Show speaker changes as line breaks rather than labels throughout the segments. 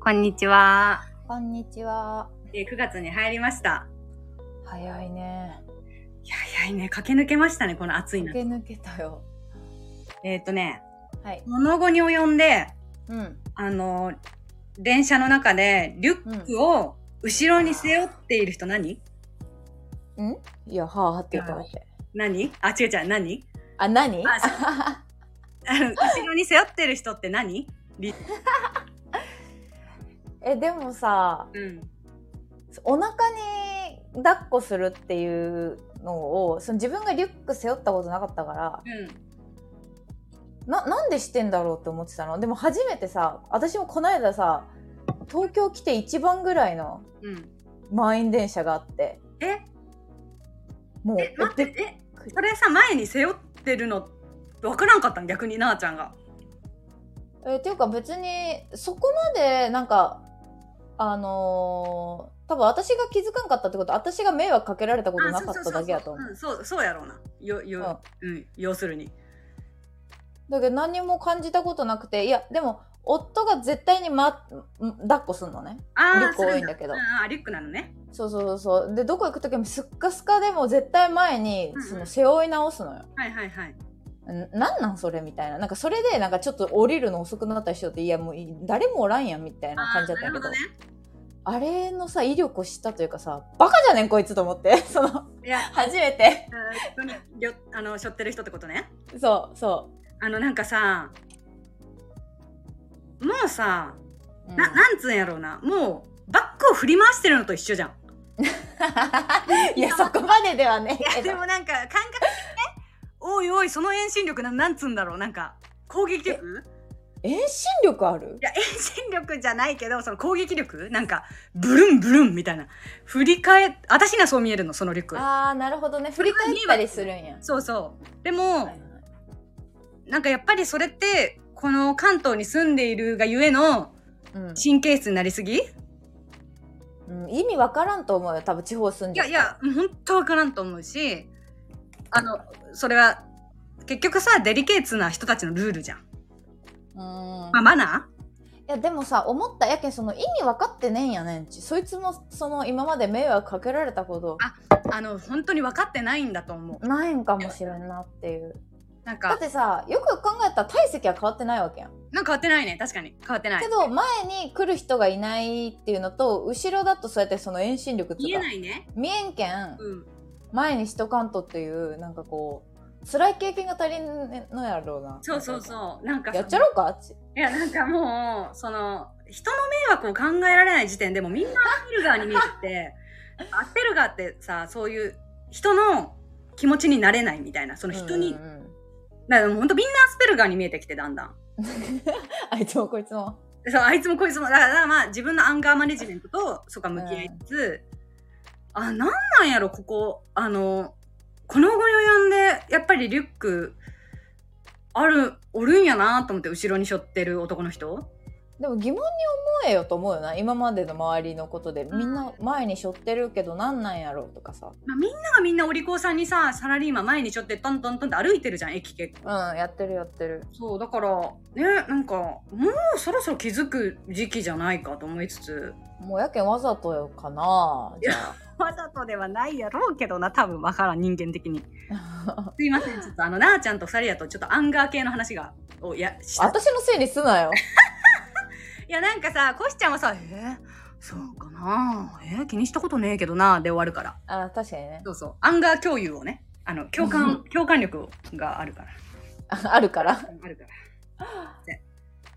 こんにちは。
こんにちは。
えー9月に入りました。
早いね。
いやいやいね、駆け抜けましたね、この暑い
抜
夏。
け抜けたよ。
えっ、とね、
はい。
物語に及んで、
うん。
あのー、電車の中でリュックを後ろに背負っている人何、
んいや、はあって言っただけ。
何あ、違う違う、何
あ、何
あそうあの後ろに背負ってる人って何り
え、でもさ、
うん。
お腹に抱っこするっていうのを、その自分がリュック背負ったことなかったから、
う
な、なんでしてんだろうって思ってたのでも初めてさ、私もこの間さ、東京来て一番ぐらいの
ん。うん。
満員電車があって、
え、
もう、
え、待って、え、
びっくり
それさ、前に背負ってるの、わからんかったん逆に、なあちゃんが。
えーっていうか別にそこまでなんかあのー多分私が気づかんかったってこと私が迷惑かけられたことなかっただけやと思う
あそうそうそうそううんそうそうやろうなよよ、うん、要するに
だけど何も感じたことなくていやでも夫が絶対に、ま、ん抱っこすんのね
あー
リュック多いんだ
そう
けど
うあーリュックなのね
そうそうそうそうでどこ行く時もすっかすかでも絶対前に
うんうん
その背負い直すのよ、
はいはいはい
んなんなんそれみたいななんかそれでなんかちょっと降りるの遅くなった人っていやもうい誰もおらんやんみたいな感じだったんやけど
あーなる
あれのさ威力を知ったというかさバカじゃねんこいつと思って その
ほどねいや
初めて
えー本当にりょあの背負ってる人ってことね
そうそ
あのなんかさもうさ
う、うん
ななんつうんやろうなもうバッグを振り回してるのと一緒じゃん
いやそこまでではね
いや
え
で
けど
もなんか感覚的にねおいおいその遠心力ななんつうんだろうなんか攻撃力
遠心力ある
いや遠心力じゃないけどその攻撃力なんかブルンブルンみたいな振り返っ私にはそう見えるのそのリュック
あーなるほどね振り返ったりするんや
そうそうでも、
はいはい
なんかやっぱりそれってこの関東に住んでいるがゆえの
うん
神経質になりすぎい
うん、意味わからんと思うよ多分地方住んで
や
る
いや本当わからんと思うしあのそれは結局さデリケートな人たちのルールじゃん、
うん、ま
まあ、マナ
いやでもさ思ったやけんその意味分かってねえんやねんちそいつもその今まで迷惑かけられたこと
ーあの本当に分かってないんだと思う
ないんかもしれんなっていう
なん
だっ
か
てさよく考えたら体積は変わってないわけやん
なんか変わってないね確かに変わってない
けど前に来る人がいないっていうのと後ろだとそうやってその遠心力とか
見えないね
見えんけん
うん
前にしとかんとっていうなんかこう辛い経験が足りんのやろうな
そうそうそうなんか
やっちゃろうかあっち
いやなんかもうその人の迷惑を考えられない時点でもうみんなアってる側に見えてて アってる側ってさそういう人の気持ちになれないみたいなその人に、
うんうんうん
だからもうほんとみんなアスペルガーに見えてきてだんだん
あいつもこいつも
でそうあいつもこいつもだからだからまあ自分のアンガーマネジメントとそこは向き合いつつ、あなんなんやろここあのこの後に及んでやっぱりリュックあるおるんやなと思って後ろに背負ってる男の人
でも疑問に思えよと思うよな今までの周りのことでみんな前にしょってるけどなんなんやろうとかさ
まあ、みんながみんなお利口さんにさサラリーマン前にちょっとトントントンって歩いてるじゃん駅結構
うんやってるやってる
そうだからねなんかもうそろそろ気づく時期じゃないかと思いつつ
もうやけんわざとよかなじゃ
わざとではないやろうけどな多分分からん人間的に
あ
すいませんちょっとあのなあちゃんと二人やとちょっとアンガー系の話がをいやした
私のせいにすなよ
いやなんかさコシちゃんはさ「えー、そうかなえー、気にしたことねえけどな」で終わるから
あ確かにね
そうそうアンガー共有をねあの共感 共感力があるから
ああるから
あるから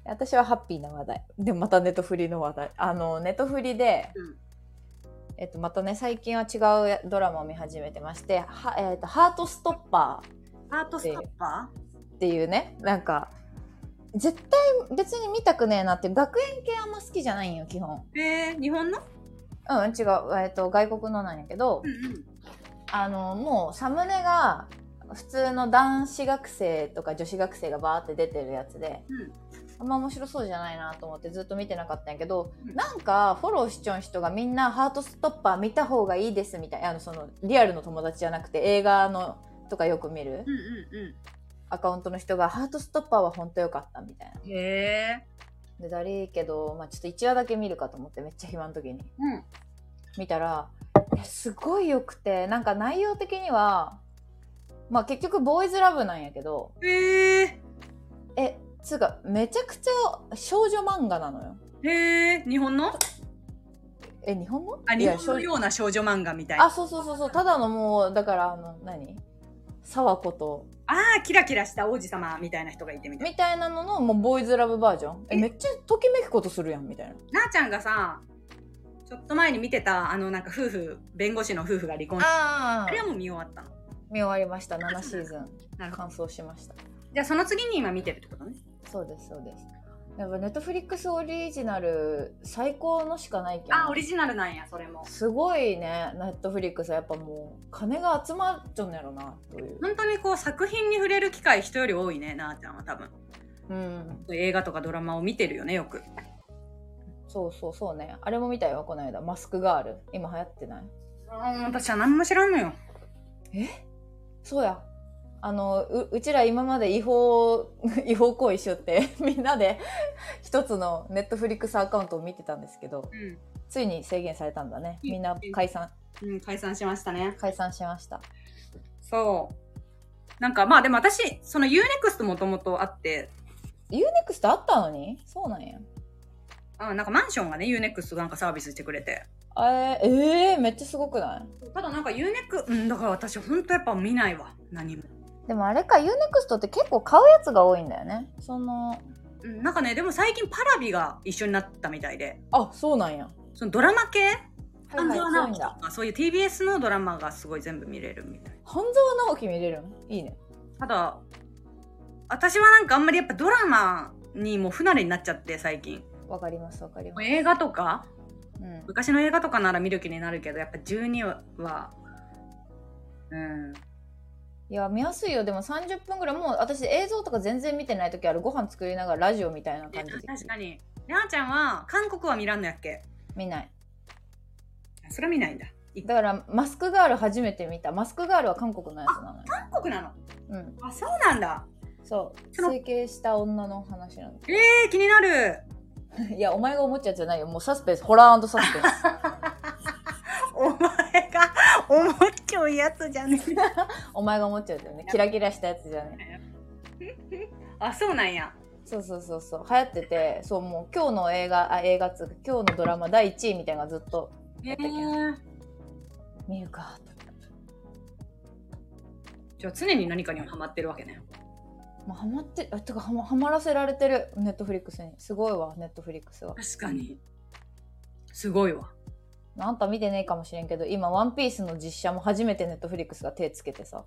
私はハッピーな話題でまたネトフリの話題あのネトフリで、
うん
えっと、またね最近は違うドラマを見始めてまして「はえっと、ハートストッパー
ハートストッパー」
っていうねなんか絶対別に見たくねえなって学園系あんま好きじゃないんよ基本
えー、日本の
うん違う、えっと、外国のなんやけど
うんうん
あのもうサムネが普通の男子学生とか女子学生がバーって出てるやつで
うん
あんま面白そうじゃないなと思ってずっと見てなかったんやけど、
うん
なんかフォローしちょん人がみんなハートストッパー見た方がいいですみたいなあのそのリアルの友達じゃなくて映画のとかよく見る
うんうんう。
アカウントの人がハートストッパーは本当良かったみたいなん
へえ。
でだりーけど、まあ、ちょっと1話だけ見るかと思ってめっちゃ暇の時に
うん
見たらいやすごいよくてなんか内容的にはまあ結局ボーイズラブなんやけど
へえ
えつうかめちゃくちゃ少女漫画なのよ
へえ日本の
え日本の
あ
い
日
や
本のような少女漫画みたいな
あそうそうそうそうただのもうだからあの何沢子と
ああキラキラした王子様みたいな人がいてみたい
みたいなののもうボーイズラブバージョンえめっちゃときめくことするやんみたいな
なあちゃんがさちょっと前に見てたあのなんか夫婦弁護士の夫婦が離婚した
あ
あれはもう見終わったの
見終わりました7シーズン
なるほど
完走しました
じゃあその次に今見てるってことね
そうですそうですやっぱネットフリックスオリジナル最高のしかないけん
あオリジナルなんやそれも
すごいねネットフリックスはやっぱもう金が集まっちゃうんやろなという
本当にこう作品に触れる機会人より多いねなあちゃんは多分
うん
映画とかドラマを見てるよねよく
そうそうそうねあれも見たよこの間マスクガール今流行ってない
うん私は何も知らんのよ
そうやあのううちら今まで違法 違法行為しよってみんなで一つのネットフリックスアカウントを見てたんですけど
う
ついに制限されたんだねみんな解散
ん、うん、解散しましたね
解散しました
そうなんかまあでも私その UNEXT もともとあって
ユーネクストあったのにそうなんや
あなんかマンションがね UNEXT なんかサービスしてくれて
あええーめっちゃすごくない
ただなんか UNEX うんだから私ほんとやっぱ見ないわ何も、
でもあれか UNEXT って結構買うやつが多いんだよねその
うん、なんかねでも最近パラビが一緒になったみたいで
あそうなんや
そのドラマ系
はいはい
半
強
沢
い
直樹
ん
と
だ
かそういう TBS のドラマがすごい全部見れるみたい
半沢直樹見れるんいいね
ただ私はなんかあんまりやっぱドラマにもう不慣れになっちゃって最近
わかりますわかり
も
ま
う
す、
映画とか
うん、
昔の映画とかなら見る気になるけどやっぱ12はうん
いや見やすいよでも30分ぐらいもう私映像とか全然見てない時あるご飯作りながらラジオみたいな感じで
確かになあちゃんは韓国は見らんのやっけ
見ない
それは見ないんだ
だからマスクガール初めて見たマスクガールは韓国のやつなのよ
韓国なの
うん
あそうなんだ
そう
その
整形した女の話なの
えー、気になる
いやお前が思っちゃうやつじゃないよもうサスペンスホラーサスペンス
お前が思っちゃうやつじゃねえ
お前が思っちゃうやつだよねキラキラしたやつじゃない
あそうなんや
そうそうそうそう流行っててそうもう今日の映画あ映画っつうか今日のドラマ第1位みたいなのがずっと
え
け
ー、
見るか
じゃあ常に何かにはハマってるわけね
もうハマってあてかハマハマらせられてるネットフリックスにすごいわネットフリックスは
確かにすごいわ
あんた見てねえかもしれんけど今「ワンピースの実写も初めてネットフリックスが手つけてさ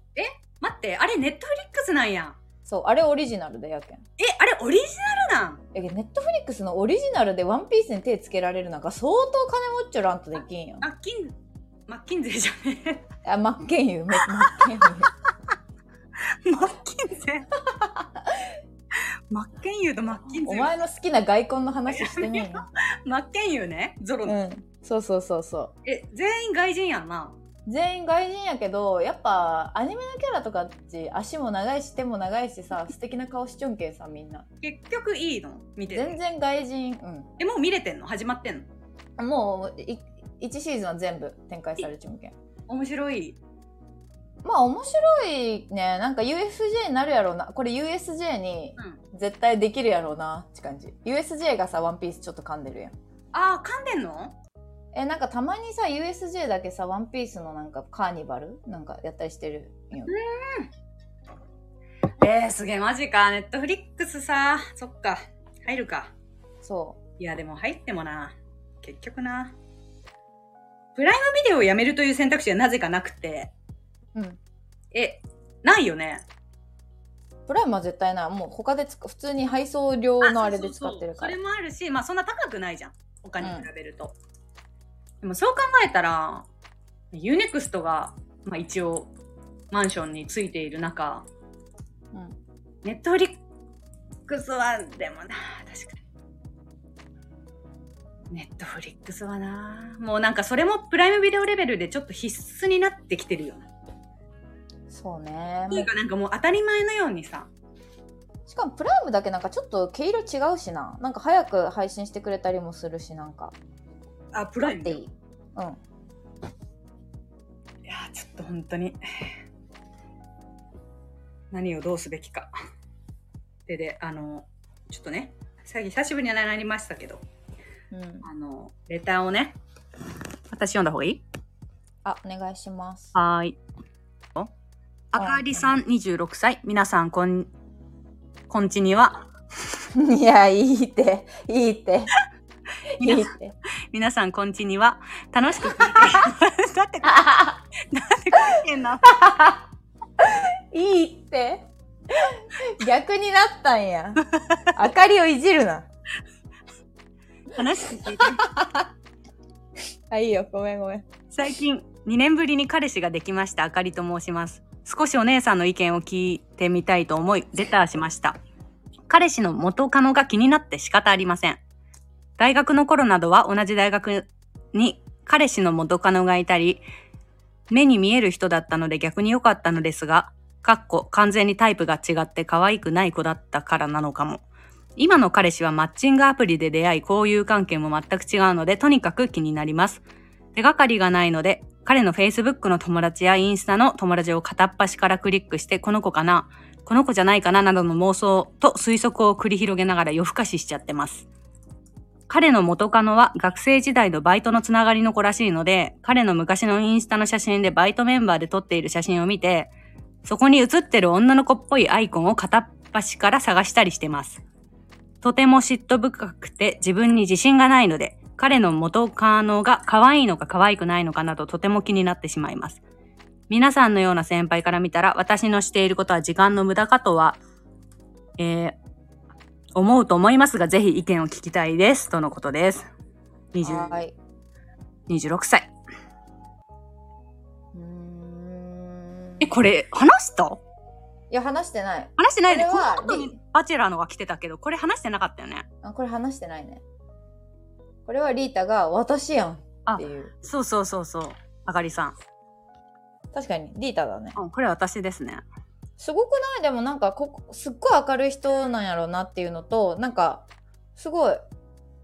待ってあれネットフリックスなんや
そうあれオリジナルでやけん
えあれオリジナルなん
やけんネットフリックスのオリジナルで「ワンピースに手つけられるなんか相当金持っちょらんとできんよ
マッキンマッキンゼーじゃね
あ真っ健優真っ健優
えマッキンゼーマッケンユーとマッキン
お
ゼー
前の好きな外婚の話してねえよ
マッケンユーねゾロの、
うんそうそうそうそう
え全員外人やんな
全員外人やけどやっぱアニメのキャラとかって足も長いし手も長いしさ素敵な顔しちょんけんさみんな
結局いいの見て
全然外人
えもう見れてんの始まってんの
うんもうい1シーズンは全部展開されちょんけん
面白い
まあ面白いねなんか USJ になるやろうなこれ USJ に絶対できるやろうなって感じ USJ がさ「ワンピースちょっと噛んでるやん
あー噛んでんの
えなんかたまにさ USJ だけさ「ワンピースのなんかカーニバルなんかやったりしてるんよ
えー、すげえマジかネットフリックスさそっか入るか
そう
いやでも入ってもな結局なプライムビデオをやめるという選択肢はなぜかなくて
うん
えないよね
プライムは絶対ないもう他でつく普通に配送料のあれで使ってるか
あそうそうそう
ら
それもあるしまあそんな高くないじゃん他に比べると、でもそう考えたら UNEXT が、まあ、一応マンションについている中
うん
ネットフリックスはでもな確かにネットフリックスはなもうなんかそれもプライムビデオレベルでちょっと必須になってきてるよな
そうね
というかなんかもう当たり前のようにさ
しかもプライムだけなんかちょっと毛色違うしななんか早く配信してくれたりもするしなんか
あプライ
っ
ム
て
い
いいうん
やーちょっと本当に何をどうすべきかでであのちょっとね最近久しぶりになりましたけど
うん、
あのレターをね私読んだ方がいい
あお願い します
はーい。おあかりさん26歳。皆さん、こん、こんちには。
いやいいっていいってい いって
皆さん、こんちには。楽しく聞いて。だって、
あ
変 な。
いいって逆になったんや明かりをいじるな
楽しく聞いて。
あいいよごめんごめん
最近、2年ぶりに彼氏ができました。あかりと申します。少しお姉さんの意見を聞いてみたいと思い、レターしました。彼氏の元カノが気になって仕方ありません。大学の頃などは同じ大学に彼氏の元カノがいたり、目に見える人だったので逆に良かったのですが、かっこ完全にタイプが違って可愛くない子だったからなのかも。今の彼氏はマッチングアプリで出会い交友関係も全く違うのでとにかく気になります。手がかりがないので、彼の Facebook の友達やインスタの友達を片っ端からクリックしてこの子かな、この子じゃないかななどの妄想と推測を繰り広げながら夜更かししちゃってます。彼の元カノは学生時代のバイトのつながりの子らしいので、彼の昔のインスタの写真でバイトメンバーで撮っている写真を見て、そこに写ってる女の子っぽいアイコンを片っ端から探したりしてます。とても嫉妬深くて自分に自信がないので、彼の元カノが可愛いのか可愛くないのかなどとても気になってしまいます。皆さんのような先輩から見たら私のしていることは時間の無駄かとは、えー思うと思いますが、ぜひ意見を聞きたいです。とのことです。20
はーい
26歳。
うーん
え、これ、話した
いや話してない
話してないで、
こ
こ
れ
の
は
後にバチェラーのが来てたけど、これ話してなかったよね。
あこれ話してないねこれはリータが私やんっていう
そうそうそうそう。あかりさん。
確かにリータだね
うん、これ私ですね。
すごくないでもなんかここすっごい明るい人なんやろうなっていうのとなんかすごい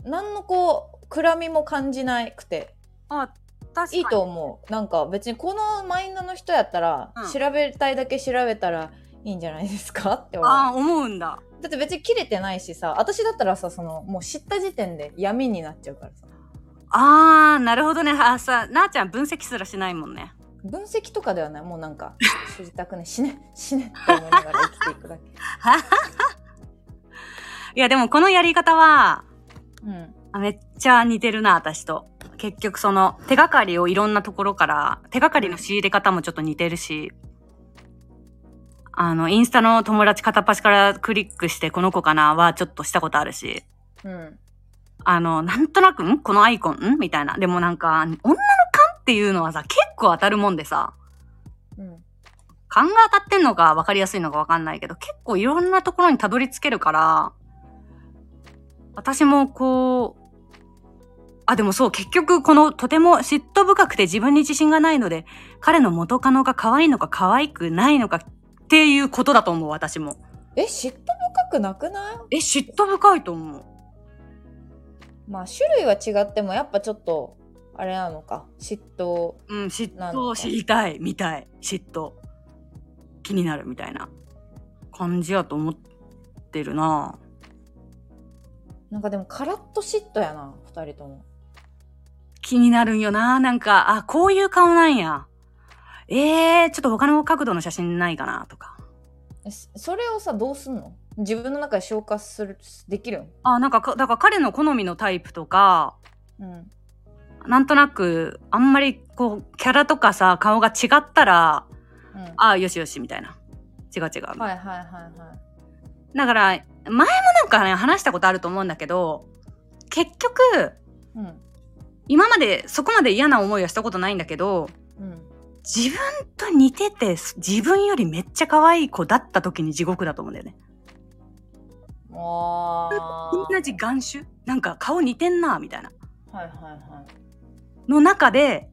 何のこう暗みも感じなくて
あ、確かに。
いいと思うなんか別にこのマインドの人やったら、
うん
調べたいだけ調べたらいいんじゃないで すかって思う
ああ、思うんだ。
だって別に切れてないしさ私だったらさそのもう知った時点で闇になっちゃうからさ
あー、なるほどね。あさ、なあちゃん分析すらしないもんね。
分析とかではないもうなん か知りたくね死ね 死ねって思いながら生きていくだけ
いや、でもこのやり方は、
うん
あめっちゃ似てるな、私と。結局その、手がかりをいろんなところから、手がかりの仕入れ方もちょっと似てるし、あの、インスタの友達片っ端からクリックして、この子かなはちょっとしたことあるし、
うん
あの、なんとなく、んこのアイコン、んみたいな。でもなんか、女の勘っていうのはさ、結構当たるもんでさ、
うん
勘が当たってんのか分かりやすいのか分かんないけど、結構いろんなところにたどり着けるから、私もこう、あ、でもそう、結局このとても嫉妬深くて自分に自信がないので、彼の元カノが可愛いのか可愛くないのかっていうことだと思う、私も。
え嫉妬深くなくない
え、嫉妬深いと思う。
まあ種類は違ってもやっぱちょっとあれなのか嫉妬
うん、嫉
なの
妬
か
知りたい、見たい、嫉妬。気になるみたいな感じやと思ってるな
なんかでもカラッと嫉妬やな二人とも
気になるんよな。なんか、あ、こういう顔なんや。えー、ちょっと他の角度の写真ないかなとか。
えそそれをさどうすんの自分の中で消化するできるん
あ、なんかか、だから彼の好みのタイプとか、
うん
なんとなく、あんまりこう、キャラとかさ、顔が違ったら、
うんは
あ、よしよし、みたいな。違う違う。
いはいはいはい
だから、前もなんかね、話したことあると思うんだけど、結局、
うん
今までそこまで嫌な思いはしたことないんだけど、
うん
自分と似てて、自分よりめっちゃ可愛い子だった時に地獄だと思うんだよね。
あー
同じ眼種なんか顔似てんなみたいな
はいはいはい
の中で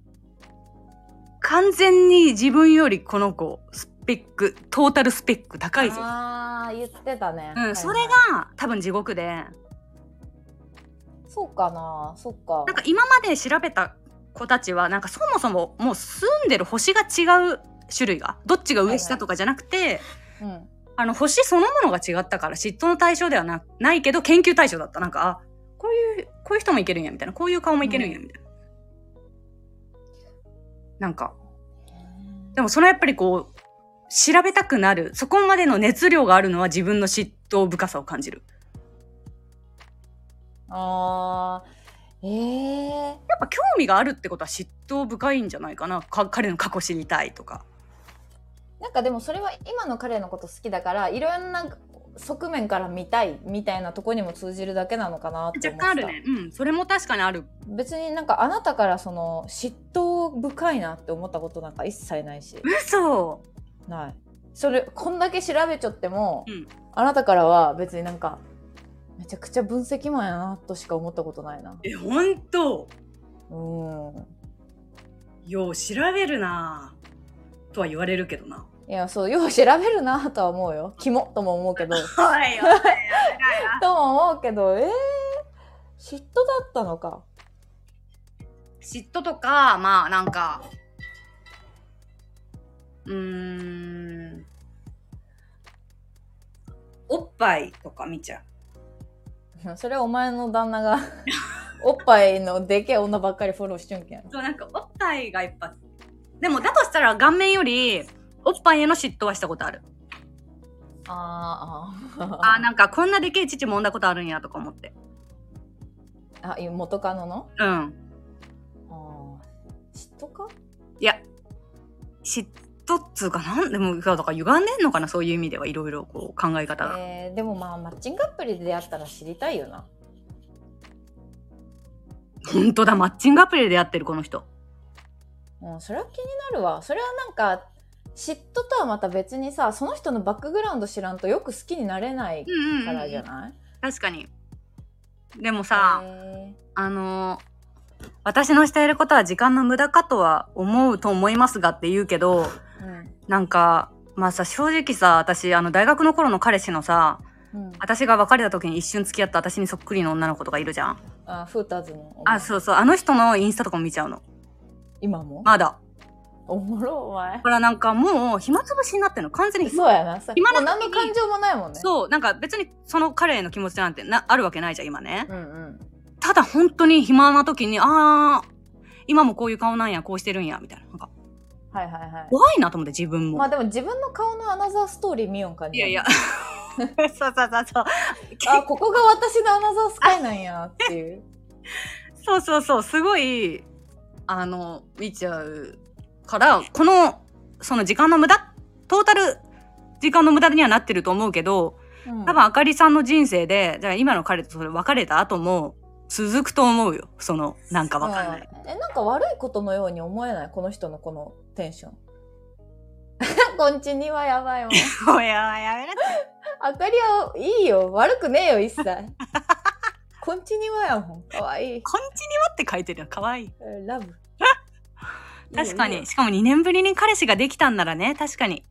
完全に自分よりこの子すペックトータルスペック高いぞ、
ああ言ってたね、
うん、それ
はいはい
が多分地獄でなん
そうかなそうか
か今まで調べた子たちはなんかそもそももう住んでる星が違う種類がどっちが上下とかじゃなくて、
うん
あの星そのものが違ったから嫉妬の対象ではなないけど研究対象だったなんかあこういうこういう人もいけるんやみたいなこういう顔もいけるんやみたいな、なんかでもそのやっぱりこう調べたくなるそこまでの熱量があるのは自分の嫉妬深さを感じる
あーえー、
やっぱ興味があるってことは嫉妬深いんじゃないかなか彼の過去知りたいとか
なんかでもそれは今の彼のこと好きだからいろんな側面から見たいみたいなとこにも通じるだけなのかなって
若
思ってた
干あるねうんそれも確かにある
別になんかあなたからその嫉妬深いなって思ったことなんか一切ないし
嘘
ないそれこんだけ調べちゃっても、
うん
あなたからは別になんかめちゃくちゃ分析マンやなとしか思ったことないな
え本当
うん
よう調べるなぁとは言われるけどない
やそうよう調べるなとは思うよキモとも思うけ ど
怖いよ。
とも思うけどえー、嫉妬だったのか
嫉妬とか、まあなんか、うーん、おっぱいとか見ちゃう。
それはお前の旦那 がおっぱいのでけえ女ばっかりフォローしちゅんけん
そう、なんかおっぱいがやっぱ、でもだとしたら顔面より、おっぱいへの嫉妬はしたことある。
あーあー
あーなんかこんなでけえ父も産んだことあるんやとか思って。
あ今元カノの
うん。
ああ嫉妬か
いや、嫉妬っつうかなんでも、だから歪んでんのかな、そういう意味ではいろいろこう考え方が。
えー、でもまあマッチングアプリで出会ったら知りたいよな
本当だ、マッチングアプリで出会ってるこの人。
うんそれは気になるわそれはなんか嫉妬とはまた別にさその人のバックグラウンド知らんとよく好きになれない
うんうんうん、
からじゃない、
確かにでもさ、
え
あの私のしていることは時間の無駄かとは思うと思いますがって言うけど
ー
なんかまあさ正直さ私あの大学の頃の彼氏のさ
うんうん、
私が別れた時に一瞬付き合った私にそっくりの女の子とかいるじゃん
あフーターズの
あそうそうあの人のインスタとかも見ちゃうの
今も、
まだ
おもろお前
だからなんかもう暇つぶしになってるの完全に
そうやなさ
今
も
の
う何の感情もないもんね
そうなんか別にその彼への気持ちなんてなあるわけないじゃん今ね、
うんうん
ただ本当に暇な時に、あー、今もこういう顔なんや、こうしてるんや、みたいな。なんか、
はいはいはい
怖いなと思って自分も。
まあでも自分の顔のアナザーストーリー見よん感じ
いやいや。 そうそうそうそう。
あここが私のアナザースカイなんやっていう
そうそうそう。すごい、あの、見ちゃうから、この、その時間の無駄、トータル時間の無駄にはなってると思うけど、
うん
多分あかりさんの人生で、じゃあ今の彼とそれ別れた後も、続くと思うよ。その、なんかわかんない。
うんえなんか悪いことのように思えないこの人のこのテンション こんちにはや ばいわ
おややめなさい
あかりはいいよ悪くねえ よ一切こんちにはやもんかわいい
こんちにはって書いてるよ。かわいい。
えーラブ
確か
いいよい
に。
いよ
しかも2年ぶりに彼氏ができたんならね、確かに。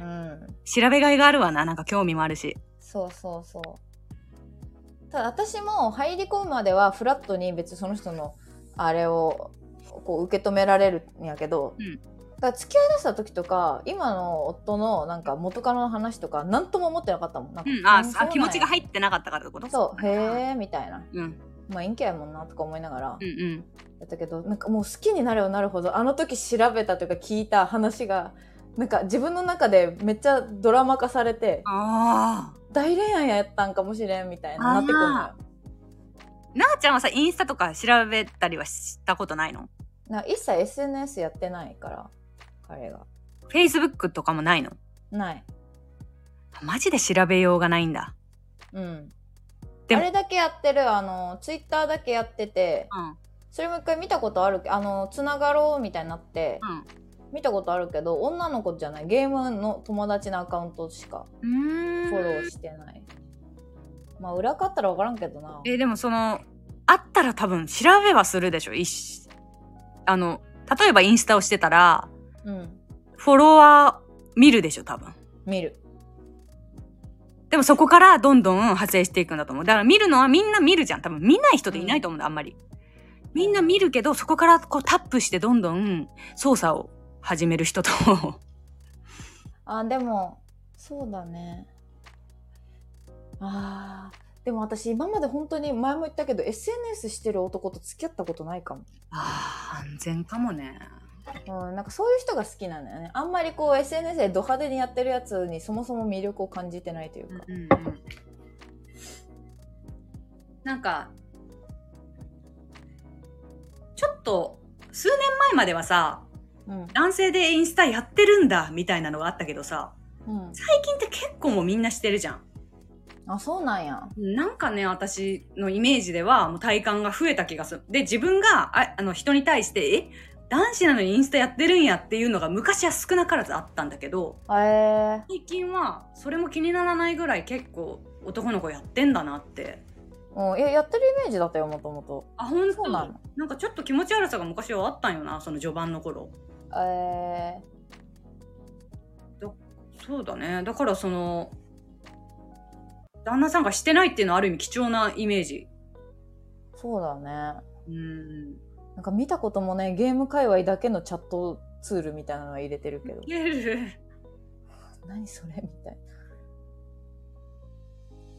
うん
調べがいがあるわな。なんか興味もあるし。
そうそうそうただ私も入り込むまではフラットに別にその人のあれをこう受け止められるんやけど、
うん
だから付き合いだした時とか今の夫のなんか元カノの話とか何とも思ってなかったもんなんか
うん。あ、
そう
あ気持ちが
っ
入ってなかったからってこと
たそうへえみたいな
うん。
まあ陰キャやもんなとか思いながら
うんうん。
やったけどなんかもう好きになればなるほどあの時調べたというか聞いた話がなんか自分の中でめっちゃドラマ化されて
ああ。
大恋愛やったんかもしれんみたいななってくるのよ
あ。なあちゃんはさ、インスタとか調べたりはしたことないの
な一切 SNS やってないから彼が
?Facebook とかもないの
ない
マジで調べようがないんだ。
うん
で
あ
も
れだけやってるあのツイッターだけやってて
うん。
それも一回見たことあるけあのつながろうみたいになって見たことあるけど女の子じゃないゲームの友達のアカウントしか
うん。うーん。
フォローしてないまあ裏かったら分からんけどな
えーでもそのあったら多分調べはするでしょ一あの例えばインスタをしてたら
うん
フォロワー見るでしょ多分
見る。
でもそこからどんどん派生していくんだと思うだから見るのはみんな見るじゃん多分見ない人っていないと思うんだ、あんまりみんな見るけどそこからこうタップしてどんどん操作を始める人と
あでもそうだねあーでも私今まで本当に前も言ったけど SNS してる男と付き合ったことないかも、
あー安全かもね
うん、なんかそういう人が好きなんだよねあんまりこう SNS でド派手にやってるやつにそもそも魅力を感じてないというか、
うんうんなんかちょっと数年前まではさ
うん
男性でインスタやってるんだみたいなのがあったけどさ
うん、
最近って結構もうみんなしてるじゃん
あそうなんや
なんかね私のイメージではもう体感が増えた気がするで自分がああの人に対してえ男子なのにインスタやってるんやっていうのが昔は少なからずあったんだけど
えー、
最近はそれも気にならないぐらい結構男の子やってんだなって
うん、いややってるイメージだったよもともと
あ本
そ
当
うなの
なんかちょっと気持ち悪さが昔はあったんよなその序盤の頃
え
そうだねだからその旦那さんがしてないっていうのはある意味貴重なイメージ
ー、そうだね
うん
なんか見たこともないゲーム界隈だけのチャットツールみたいなのは入れてるけど
いける
何それみたい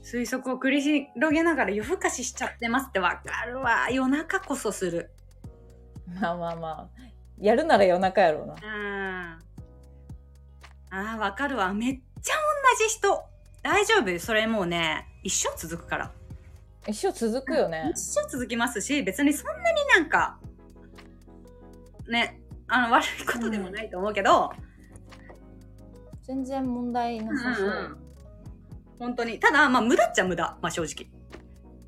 推測を繰り広げながら夜更かししちゃってますってわかるわ夜中こそする
なまあまあまあやるなら夜中やろうな
ああーわかるわめっちゃ同じ人大丈夫それもうね一生続くから
一生続くよね
一生続きますし別にそんなになんかねあの悪いことでもないと思うけど、
全然問題なさそう
本当にただまあ無駄っちゃ無駄、まあ、正直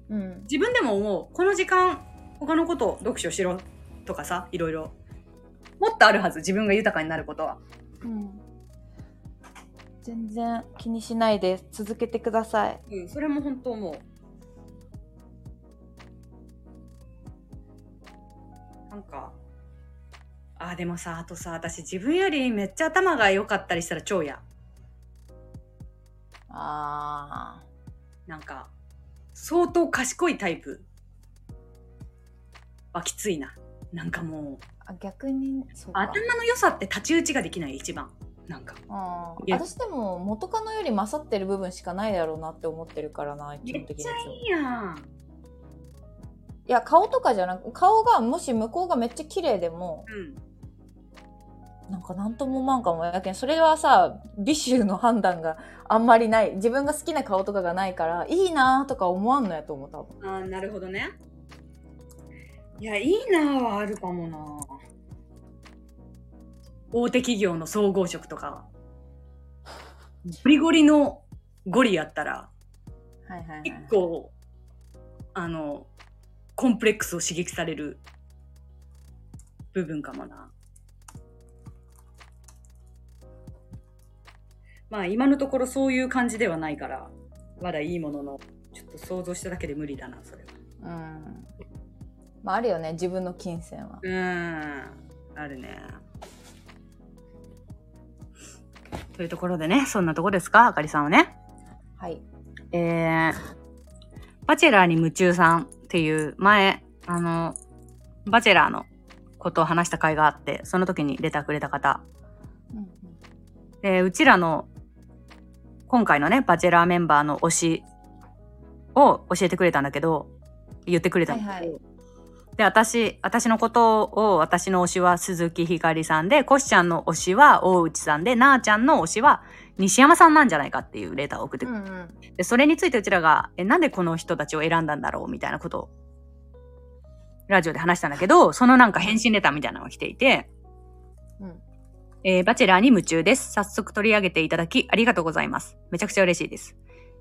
うん、
自分でも思うこの時間他のこと読書しろとかさいろいろもっとあるはず自分が豊かになることは
うん全然気にしないで続けてください
うん、それも本当思う。なんか、あー、でもさ、あとさ、私自分よりめっちゃ頭が良かったりしたら超や。
あ
なんか、相当賢いタイプはきついな。なんかもう、
ーあ逆にそうか
頭の良さって太刀打ちができない、一番。なんか、
あ
い
ー
や
私でも元カノより勝ってる部分しかないだろうなって思ってるからな基
め
本
っ
的にい
ち
つ
ゃ
も
いいやん。
いや顔とかじゃなく顔がもし向こうがめっちゃ綺麗でも
うん。
なんかなんとも思わんかもやけんそれはさ美醜の判断があんまりない自分が好きな顔とかがないからいいなとか思わんのやと思う多分
あーなるほどね。いや、いいなぁはあるかもなぁ大手企業の総合職とか、ゴリゴリのゴリやったら、
はいはい、はい
結構、あの、コンプレックスを刺激される部分かもな。まあ今のところそういう感じではないから、まだいいものの、ちょっと想像しただけで無理だな、それは。
うんまああるよね自分の金銭は
うーん、あるね。というところでね、そんなとこですか、あかりさんはね。
はい
えー、バチェラーに夢中さんっていう、前、あの、バチェラーのことを話した回があって、その時にレターくれた方。
うんうん
で、うちらの、今回のね、バチェラーメンバーの推しを教えてくれたんだけど、言ってくれたんだけど、
はいはい
で、私、私のことを、私の推しは鈴木ひかりさんで、コシちゃんの推しは大内さんで、なあちゃんの推しは西山さんなんじゃないかっていうレターを送って
う
く
ん
れ
うん
て、でそれについてうちらが、え、なんでこの人たちを選んだんだろうみたいなことを、ラジオで話したんだけど、そのなんか返信レターみたいなのが来ていて、
うん
えーバチェラーに夢中です。早速取り上げていただきありがとうございます。めちゃくちゃ嬉しいです。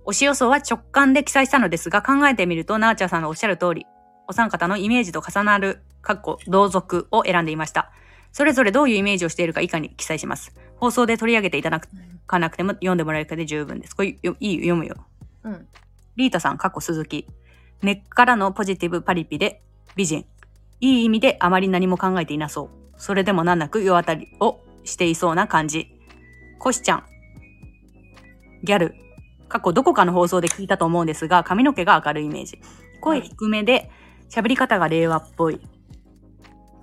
推し予想は直感で記載したのですが、考えてみると、なーちゃんさんのおっしゃる通り、お三方のイメージと重なる、かっこ同族を選んでいました。それぞれどういうイメージをしているか以下に記載します。放送で取り上げていただかなくても読んでもらえるかで十分です。これよいいよ、読むよ。
うん
リータさん、かっこ鈴木。根っからのポジティブパリピで美人。いい意味であまり何も考えていなそう。それでも難なく世当たりをしていそうな感じ。コシちゃん、ギャル、過去どこかの放送で聞いたと思うんですが、髪の毛が明るいイメージ。声低めで、喋り方が令和っぽい。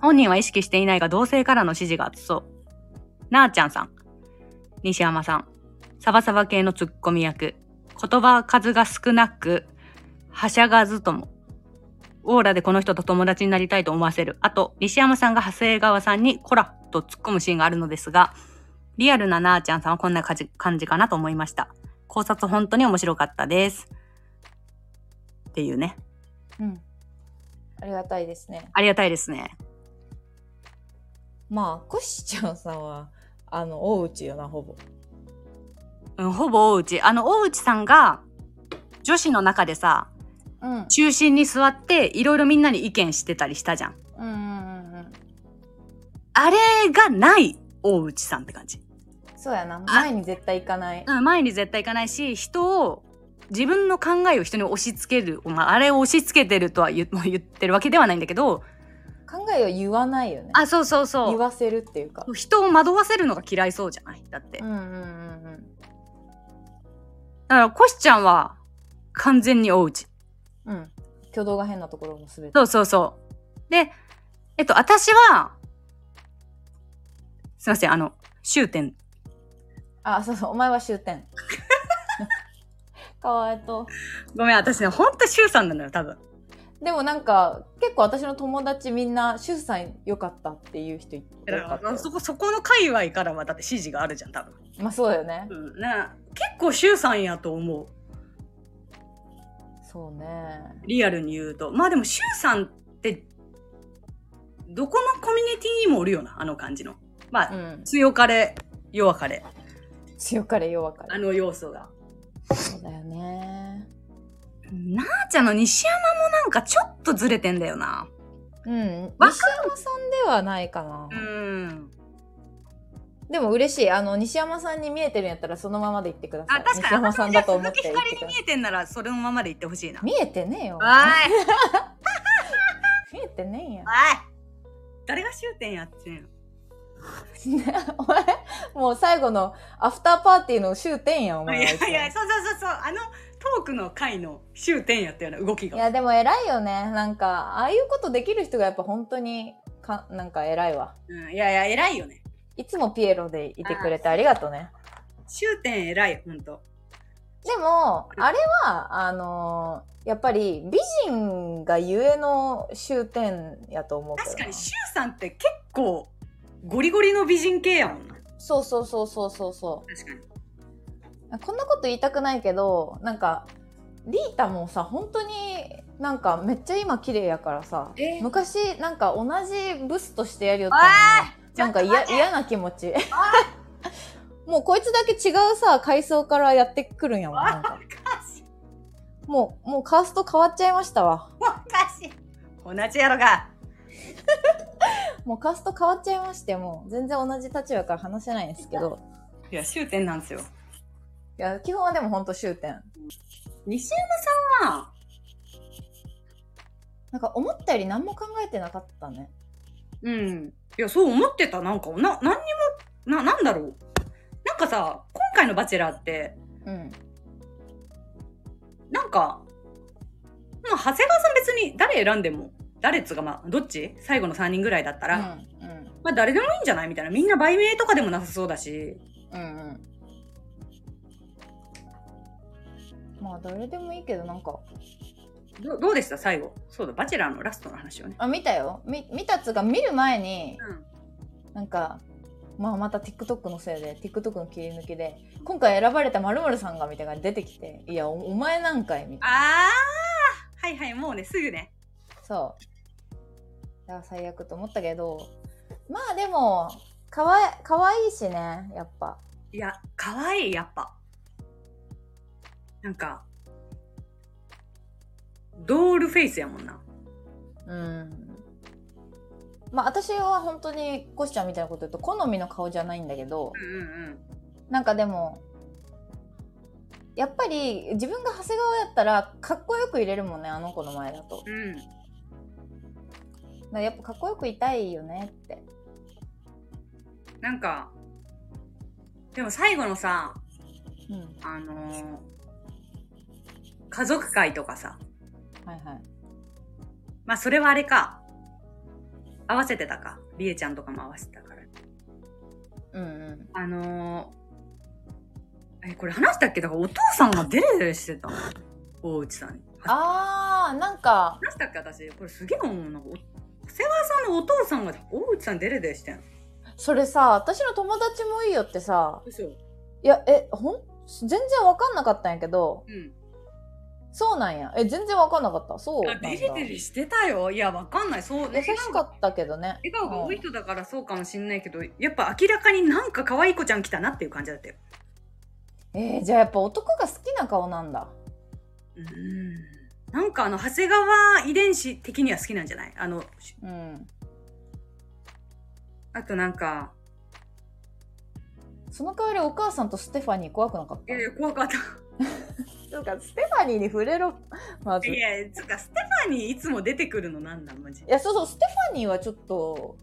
本人は意識していないが、同性からの指示が熱そう。なーちゃんさん、西山さん、サバサバ系のツッコミ役、言葉数が少なく、はしゃがずとも。オーラでこの人と友達になりたいと思わせる。あと、西山さんが長谷川さんにコラと突っ込むシーンがあるのですが、リアルななーちゃんさんはこんな感じ感じかなと思いました。考察本当に面白かったです。っていうね。
うん。ありがたいですね。
ありがたいですね。
まあ、コシちゃんさんは、あの、大内よな、ほぼ。
うん、ほぼ大内。あの、大内さんが女子の中でさ、
うん。
中心に座っていろいろみんなに意見してたりしたじゃん。
うんうんうんうん。
あれがない大内さんって感じ。
そうやな。前に絶対行かない。
うん、前に絶対行かないし、人を、自分の考えを人に押し付ける。まあ、あれを押し付けてるとは言もう 言ってるわけではないんだけど、
考えを言わないよね。
あ、そうそうそ
言
う。
わせるっていうか。
人を惑わせるのが嫌いそうじゃないだって。
うんうんうんうん。
だから、コシちゃんは、完全に大内。
うん。挙動が変なところもすべて。
そうそうそう。で、えっと、私は、すいません、あの、終点。
あ、そうそう。お前は終点。 かわいと。
ごめん、私ね、ほんと終さんなのよ、多分。
でもなんか、結構私の友達みんな、シュウさん良かったっていう人いっぱいい
だ
た
か
よ
らそこ、そこの界隈からは、だって指示があるじゃん、多分。
まあそうだよね
う。ん、ね結構周さんやと思う。
そうね。
リアルに言うと。まあでも、シュウさんって、どこのコミュニティにもおるよな、あの感じの。まあ、
うん。
強かれ、弱かれ、
強かれ弱か
あ
れ。
の要素が。
そうだよね。
なあちゃんの西山もなんかちょっとずれてんだよな。
うん。
わかる
西山さんではないかな。
うん。
でも嬉しい。あの、西山さんに見えてるんやったらそのままで言ってください。
あ、確かに。
西山さんだと思って
鈴木
言っ
光
てく
に見
ださい。
えてんなら、それのままで言ってほしいな。
見えてねえよ
お。い
見えてねえや
おい。誰が終点やってんの
お前、もう最後のアフターパーティーの終点やん、お
い
前は
や
いつも。
いや、そうそうそうそう。あのトークの回の終点やったような動き
い
が。
やでも偉いよね。なんか、ああいうことできる人がやっぱ本当に、か、なんか偉いわ。
うん、いやいや、偉いよね。
いつもピエロでいてくれてありがとうね。
終点偉いよ、ほんと。
でも、あれは、あのーやっぱり美人がゆえの終点やと思うけどな
確かにシュウさんって結構ゴリゴリの美人系やもんな
そうそうそうそうそうそ
確かに
う。こんなこと言いたくないけど、なんか、リータもさ、本当になんかめっちゃ今綺麗やからさ、
えー
昔なんか同じブスとしてやりよったのに
おい
なんか
ちょっと待
嫌
て
嫌な気持ち。 もうこいつだけ違うさ、階層からやってくるんやもん。なんか
おかしい
もう、もうカースト変わっちゃいましたわ。
おかしい同じやろが
もうカースト変わっちゃいまして、もう全然同じ立場から話せないんですけど。
いや終点なんですよ
いや、基本はでもほんと終点。
西山さんは
なんか思ったより何も考えてなかったね。
うんいやそう思ってたなんかな何にもななんだろうなんかさ今回の「バチェラー」って
うん。なん
なんかもう長谷川さん別に誰選んでも誰っつうかまあどっち最後の3人ぐらいだったら、
うんうん。
まあ誰でもいいんじゃないみたいなみんな売名とかでもなさそうだし
うんうんまあ誰でもいいけどなんか
どどうでした最後そうだ「バチェラー」のラストの話をね
あ見たよみ見たっつうか見る前になんかまあまた TikTok のせいで TikTok の切り抜きで今回選ばれたまるさんがみたいなのが出てきていやおお前なんかいみたい
ああはいはいもうねすぐね
なそういや最悪と思ったけどまあでもかわいかわいいしねやっぱ
いや可愛いやっぱなんかドールフェイスやもんな
うんまあ私は本当にコシちゃんみたいなこと言うと好みの顔じゃないんだけど、
うんうん
なんかでも、やっぱり自分が長谷川やったらかっこよく入れるもんね、あの子の前だと。だか
うんうん
らやっぱかっこよくいたいよねって。
なんかでも最後のさ、
うん。
あのー家族会とかさ、
はいはい。
まあそれはあれか。合わせてたか。りえちゃんとかも合わせてたから。
うんうん。
あのーえ、これ話したっけだからお父さんがデレデレしてたの。大内さんに。話
あー、なんか、
したっけ私。これすげえ思うの。お長谷川さんのお父さんが大内さんデレデレしてんの。
それさ、私の友達もいいよってさ、
うしよう。
いや、え、ほん全然わかんなかったんやけど、
うん。
そうなんや。え、全然わかんなかった。そうな
あ
んだ。
デレデレしてたよ。いや、わかんない。そう、
優しかったけどね。
笑顔が多い人だからそうかもしんないけど、やっぱ明らかになんか可愛い子ちゃん来たなっていう感じだったよ。
えー、じゃあやっぱ男が好きな顔なんだ。
うん。なんかあの、長谷川遺伝子的には好きなんじゃないあの、し
うん。
あとなんか、
その代わりお母さんとステファニー怖くなかっ
い
た
やいや怖かった。
なんかステファニーに触れろ、まず。
い
い
やいや、つうか、ステファニーいつも出てくるのなんなんマジ。ちょ
や、そうそう、ステファニーはちょっと、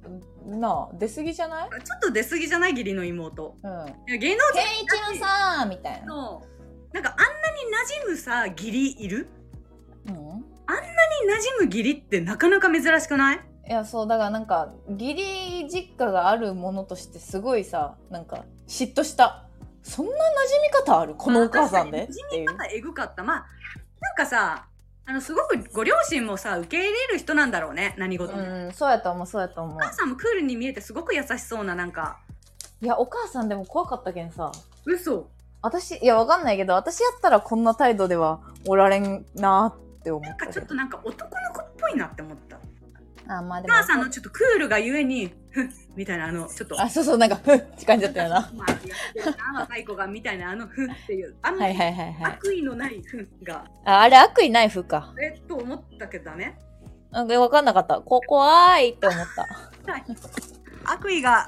なあ、出過ぎじゃな
っ
い
と出過ぎじゃない義理の妹。
う
い
ん。
や、芸能
ケンイチのさー、みたい
人
な。
の、なんかあんなに馴染むさ、義理いる
うん。
に馴染む義理ってなかなか珍しくない
いやそうだからなんか義理実家があるものとしてすごいさなんか嫉妬したそんな馴染み方あるこのお母さんで
まあ
っ
確
ていう
なんかえぐかった。まあ、なんかさ、あの、すごくご両親もさ、受け入れる人なんだろうね、何事も。
うんそうやと思うそうやと思
お母
う
さんもクールに見えてすごく優しそうな、なんか、
いやお母さんでも怖かったけんさ
嘘。
私いやわかんないけど私やったらこんな態度ではおられんなーって思
なん
っ
か
た
ち
け
ょっ
ど
となんか男の子っぽいなって思った。
あまあ
お
でも
母さんのちょっとクールがゆえに、ふっみたいな、あの、ちょっと。
あそうそうなんかふっって感じだったよ な
まあ、やってるな若い子がみたいなあのふんっていうあの、
はいはいはいはい
悪意のないふんが
ああれ悪意ないふか
えっと思ったけどダメ
なんかわかんなかったこ怖いって思った
悪意があ っ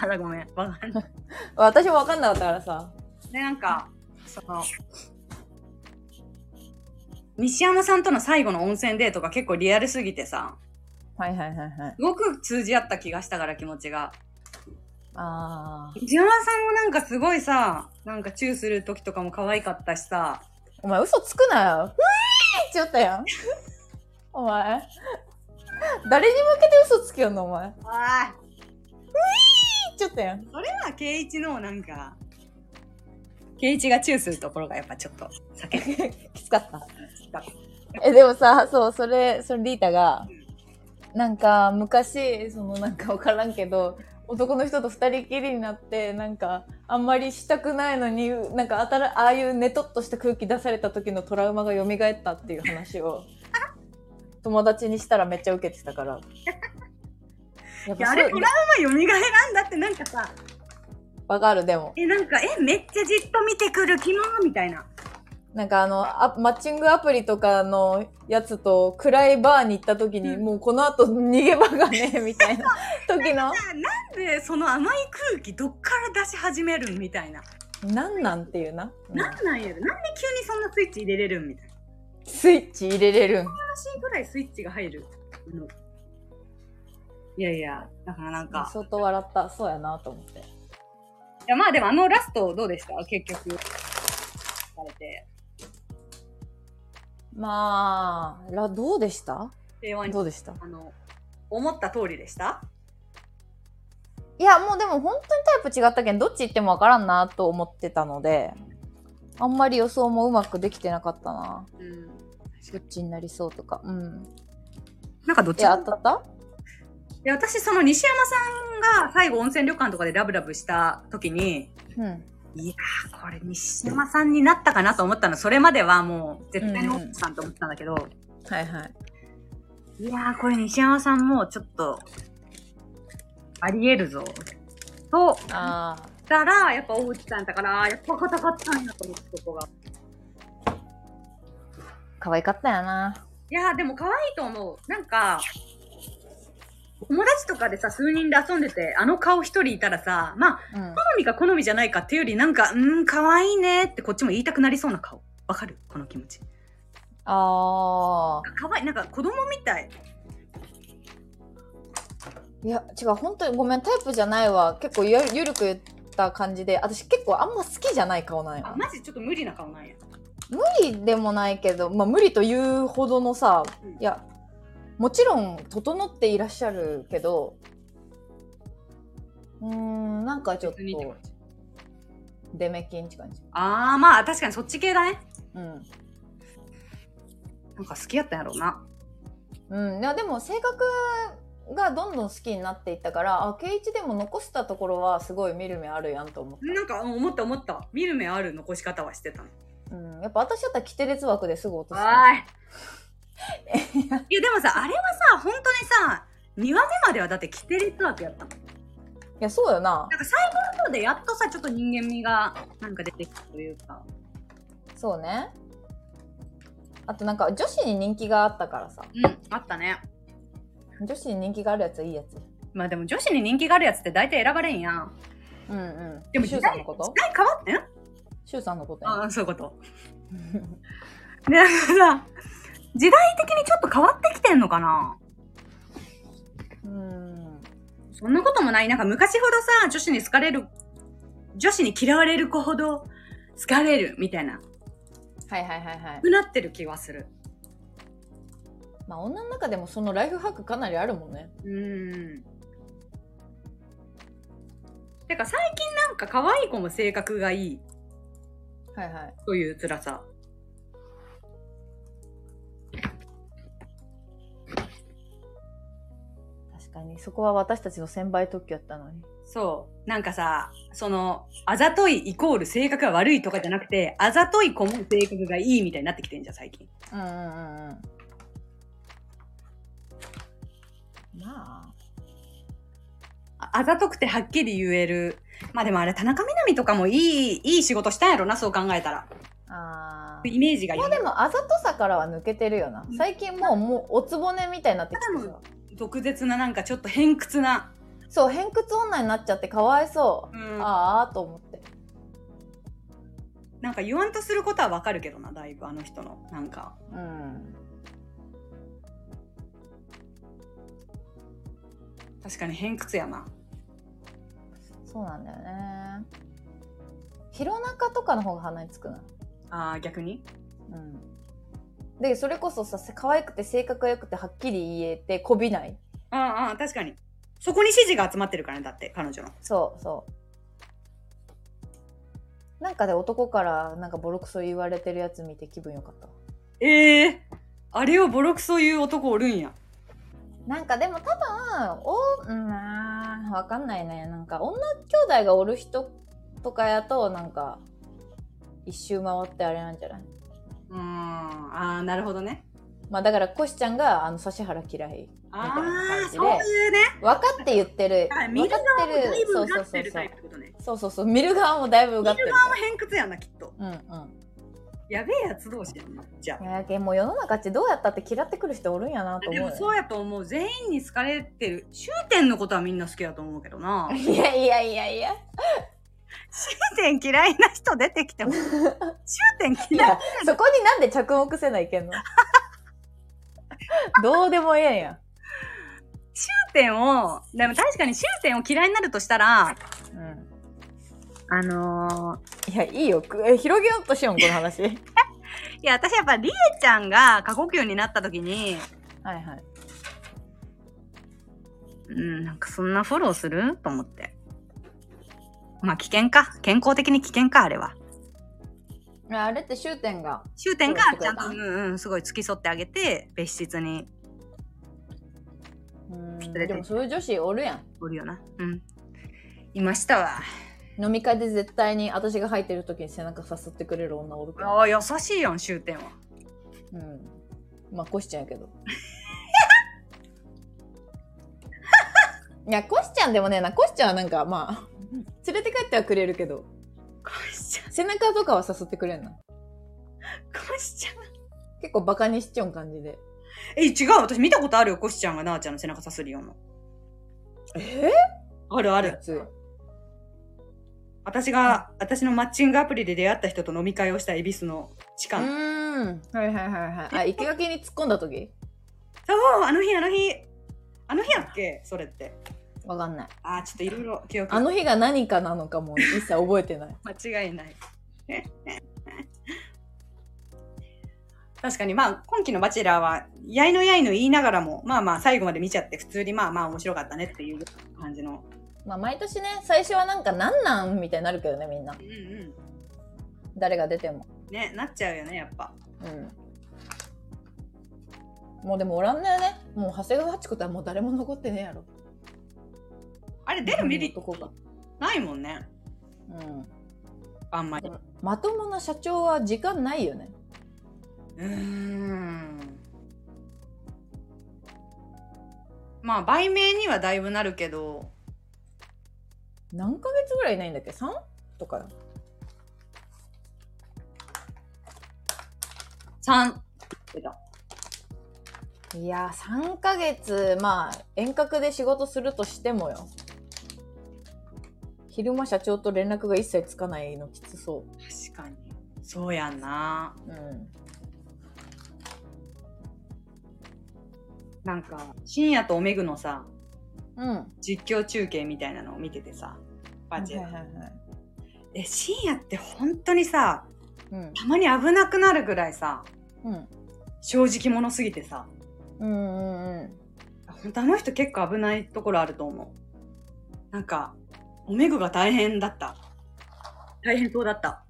たらごめんわかんない
私もわかんなかったからさ
でなんかその西山さんとの最後の温泉デートが結構リアルすぎてさ
はいはいはいはい
すごく通じ合った気がしたから気持ちが
あー
西山さんもなんかすごいさなんかチューする時とかも可愛かったしさ
お前嘘つくなよ。うぃーって言ったや ん。お前。誰に向けて嘘つけよんのお前。
ああ
ちょっとやん。
それは圭一のなんか圭一がチューするところがやっぱちょっと避け
きつかった。え、でもさ、そう、それ、それリータが、なんか昔、そのなんかわからんけど、男の人と二人きりになって、なんか、あんまりしたくないのに、なんかあたら、ああいうねとっとした空気出された時のトラウマが蘇ったっていう 話を、友達にしたらめっちゃ受けてたから。やっ
いや
ぱ
あ
そ
れ
う
トラウマ蘇らんだってなんかさ
わかる、でも。
えなんかえめっちゃじっと見てくる気もみたいな
なんかあのあ、マッチングアプリとかのやつと暗いバーに行った時に、
うん
もうこの後逃げ場がね え、みたいな時の、
なんでその甘い空気どっから出し始めるんみたいな、
なんなんっていうな。うん
なんなんやろなんで急にそんなスイッチ入れれるんみたいな
スイッチ入れれるん。
悲しいぐらいスイッチが入るあのいやいやだからなんか
相当笑った。そうやなと思って。
いやまあでもあのラストどうでした結局されて
まあ、らどうでした
平和に
どうでした
あの思った通りでした
いや、もうでも本当にタイプ違ったけん、どっち行ってもわからんなと思ってたので、あんまり予想もうまくできてなかったな。
うん
どっちになりそうとか。うん。
なんかどっ
い
ち
や、
も
当たった
いや私その西山さんが最後温泉旅館とかでラブラブした時に
うん。
これ西山さんになったかなと思ったのそれまではもう絶対に奥さんと思ってたんだけど、
はいはい。
いやーこれ西山さんもちょっとありえるぞと
ああ。
たらやっぱ大内さんだからあーやっぱ硬かったんやと思ってここが
可愛かったよな。
いやーでも可愛いと思うなんか友達とかでさ数人で遊んでてあの顔一人いたらさまあ
う
好
ん。
みか好みじゃないかっていうよりなんかうーん可愛いねってこっちも言いたくなりそうな顔わかるこの気持ち
あ
なんか可愛いなんか子供みたい
ー。いや、違う、本当にごめん、タイプじゃないわ。結構ゆゆるく言った感じで私結構あんま好きじゃない顔なん
あ
よ
マジちょっと無理な顔なんや
無理でもないけど、まあ、無理というほどのさ
うん
いやもちろん整っていらっしゃるけどうーんなんかちょっと
別にって感じ
デメキンって感じ
あーまあ確かにそっち系だね
うん、
なんか好きやったんやろうな
うん、いやでも性格がどんどん好きになっていったからあ圭一でも残したところはすごい見る目あるやんと思っ
なんかうん思った思った見る目ある残し方はしてたね
た、うん、やっぱ私だったら規定列枠ですぐ落とす
わーいいやでもさあれはさ本当にさ2話目まではだってキテレツワークやったもん
いやそうよな
なんか最後の方でやっとさちょっと人間味がなんか出てきたというか
そうねあとなんか女子に人気があったからさ
うんあったね
女子に人気があるやつはいいやつ
まあでも女子に人気があるやつって大体選ばれんやん
うんうん
でも
シュ
時
ウさ
代
んのこと
時代変わってん
シュウさんのこと
あ
や
あそういうこと ねなんかさ時代的にちょっと変わってきてんのかな
うん
そんなこともない。なんか昔ほどさ、女子に好かれる、女子に嫌われる子ほど好かれるみたいな、
はいはいはいはい
なってる気はする。
まあ女の中でもそのライフハックかなりあるもんね
うーん。てか最近なんか可愛い子も性格がいい
はいはい
という辛さ。
確かにそこは私たちの先輩特許やったのに
そう。なんかさ、その、あざといイコール性格が悪いとかじゃなくて、あざとい子も性格がいいみたいになってきてんじゃん、最近。
うんうんうんうんまあ
ああざとくてはっきり言える。まあでもあれ、田中みな実とかもいい、いい仕事したんやろな、そう考えたら。
あー
イメージがいい
まあでもあざとさからは抜けてるよな最近もうもうおつぼねみたいになってきて
多
さ
分毒舌ななんかちょっと偏屈な、
そう偏屈女になっちゃってかわいそう、
うん
ああと思って
なんか言わんとすることはわかるけどなだいぶあの人のなんか
うん
確かに偏屈やな
そうなんだよね弘中とかの方が鼻につくな
あー逆に
うんでそれこそさ可愛くて性格が良くてはっきり言えてこびない
あーあー確かにそこに支持が集まってるからねだって彼女の
そうそうなんかで男からなんかボロクソ言われてるやつ見て気分良かったわ
ええー、あれをボロクソ言う男おるんや
なんかでも多分おうんあーわかんないねなんか女兄弟がおる人とかやとなんか一周回ってあれなんじゃないう
ーんあーなるほどね
まあだからコシちゃんがあの指原嫌い
あ
みたいな感
あ
じで
そういうね
分かって言ってる
あ見
分
る
か
側も
って
だい
る
ぶ
そううそ
が
う
って
そう
る
そ
タ
う
イプってことね
そうそうそう見る側もだいぶうがってる
あんま偏屈やなきっと
うんうん
やべえやつ同士やなじゃあ
いやけもう世の中ってどうやったって嫌ってくる人おるんやなと
で
思
も
うよ
そうやと思う全員に好かれてる終点のことはみんな好きだと思うけどな
いやいやいやいや
終点嫌いな人出てきても終点
い
嫌い
やそこになんで着目せない けんのどうでもええや
終点をでも確かに終点を嫌いになるとしたら
ん、う
あの
ん、いやいいよくえ広げようとしよんこの話はい
ーいや私やっぱりえちゃんが過呼吸になった時に
はい
うんなんかそんなフォローすると思ってまあ危険か健康的に危険かあれはい
やあれって終点が
終点がちゃんと
そううそうん
うんすごい付き添ってあげて別室に
うん
失礼
でもそういう女子おるやん
おるよなうんいましたわ
飲み会で絶対に私が入ってる時に背中さすってくれる女おるから
ああ優しいやん終点は
うんまあコシちゃんやけ どいやコシちゃんでもねなコシちゃんはなんかまあ連れて帰ってはくれるけど
こしちゃん
背中とかは誘ってくれんな
こしちゃん
結構バカにしちょん感じで
え違う私見たことあるよこしちゃんがなあちゃんの背中さすりようの
え
あるあ
あ
る私が私のマッチングアプリで出会った人と飲み会をした恵比寿の地
う
下の
ーんはいはいはいはいあ生垣に突っ込んだ時
そうあの日あの日あの日やっけそれって
わかんない。
あーちょっといろいろ記憶
あの日が何かなのかも一切覚えてない。
間違いない 確かにまあ今期の「バチェラー」はやいのやいの言いながらもまあまあ最後まで見ちゃって普通にまあまあ面白かったねっていう感じの
まあ毎年ね、最初はなんかなんなんみたいになるけどね、みんな
う。んう
誰が出ても。
んねなっちゃうよねやっぱ
うん。もうでもおらんのよね。もう長谷川八子とはもう誰も残ってねえやろ。
あれ出るメリッ
とこが
ト。ないもんね
うん。
あんま
で
り
もまともな社長は時間ないよね。
うーんまあ売名にはだいぶなるけど
何ヶ月ぐらいいないんだっけ ?3? とかよ。
3
いやー、3ヶ月、まあ、遠隔で仕事するとしてもよ。昼間社長と連絡が一切つかないのきつそ
確かにそうやんな
う。うん。
なんか深夜とおめぐのさ
うん。は
実況中継みたいなのを見ててさバチェラー
はいはい。
で深夜って本当にさ
うん。
たまに危なくなるぐらいさ
うん。
正直者すぎてさ
うんうんうん。
本当あの人結構危ないところあると思うなんかおめぐが大変だった大変そうだった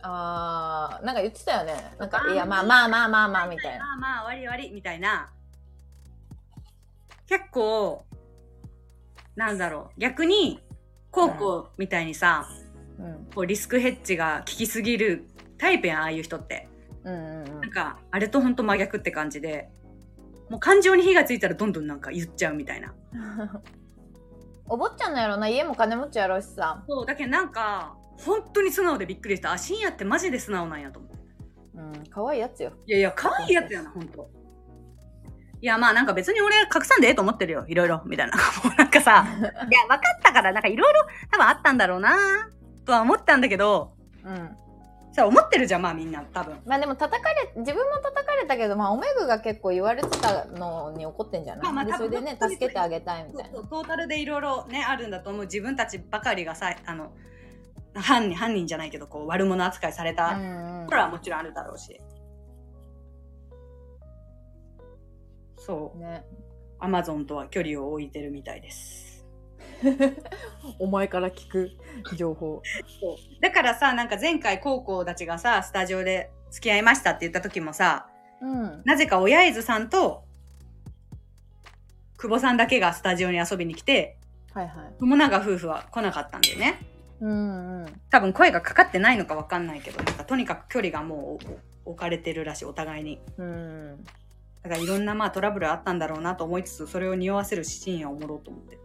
あー、なんか言ってたよね。な
あ
んか、
ー
いや、まあまあまあまあまあ、みたいな。
まあまあ終わり終わりみたいな結構なんだろう逆に高校みたいにさ、
うん。
こうリスクヘッジが効きすぎるタイプやんああいう人って
うんうんうん
なん。かあれとほんと真逆って感じでもう感情に火がついたらどんどんなんか言っちゃうみたいな
お坊ちゃんのやろな、家も金持ちやろしさ。
そうだけどなんか本当に素直でびっくりしたあ深夜ってマジで素直なんやと思って
うん、可愛いやつよ。
いやいや可愛いやつやなほんといやまあなんか別に俺隠さんでええと思ってるよいろいろみたいな もうなんか さいや分かったからなんかいろいろ多分あったんだろうなとは思ったんだけど
うん。
さ思ってるじゃんまあみんな多分
まあでも叩かれ、自分も叩かれたけど、まあおめぐが結構言われてたのに怒ってんじゃない、
まあまあ
で
多
そ
分
れでね、
本当
助
に
けてあげたいみ
そ
た
う
い
そ
な
う。トータルでいろいろねあるんだと思う自分たちばかりがさあの犯人犯人じゃないけどこう悪者扱いされ
う
た
んうん
ところはもちろんあるだろうし、そう
ね、
アマゾンとは距離を置いてるみたいです
お前から聞く情報。
そうだからさなんか前回高校たちがさスタジオで付き合いましたって言った時もさ
うん。
なぜか親伊豆さんと久保さんだけがスタジオに遊びに来て
はいはい。
友永夫婦は来なかったんだよね
うんうん。
多分声がかかってないのかわかんないけどなんかとにかく距離がもうお置かれてるらしいお互いに
うん。
だからいろんなまあトラブルあったんだろうなと思いつつそれを匂わせるシーンはおもろうと思って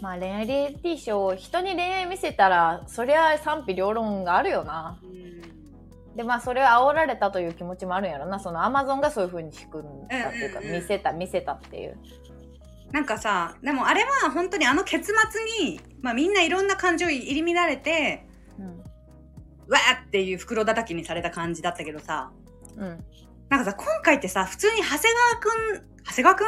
まあ恋愛リエリティショーを人に恋愛見せたら、そりゃ賛否両論があるよな。でまあそれを煽られたという気持ちもあるんやろな。そのアマゾンがそういう風に仕組んだっていうか、
うんうんうん
見せた、見せたっていう。
なんかさでもあれは本当にあの結末に、まあ、みんないろんな感情入り乱れて
うん。
わーっていう袋叩きにされた感じだったけどさ
うん。
なんかさ今回ってさ普通に長谷川くん長谷川くん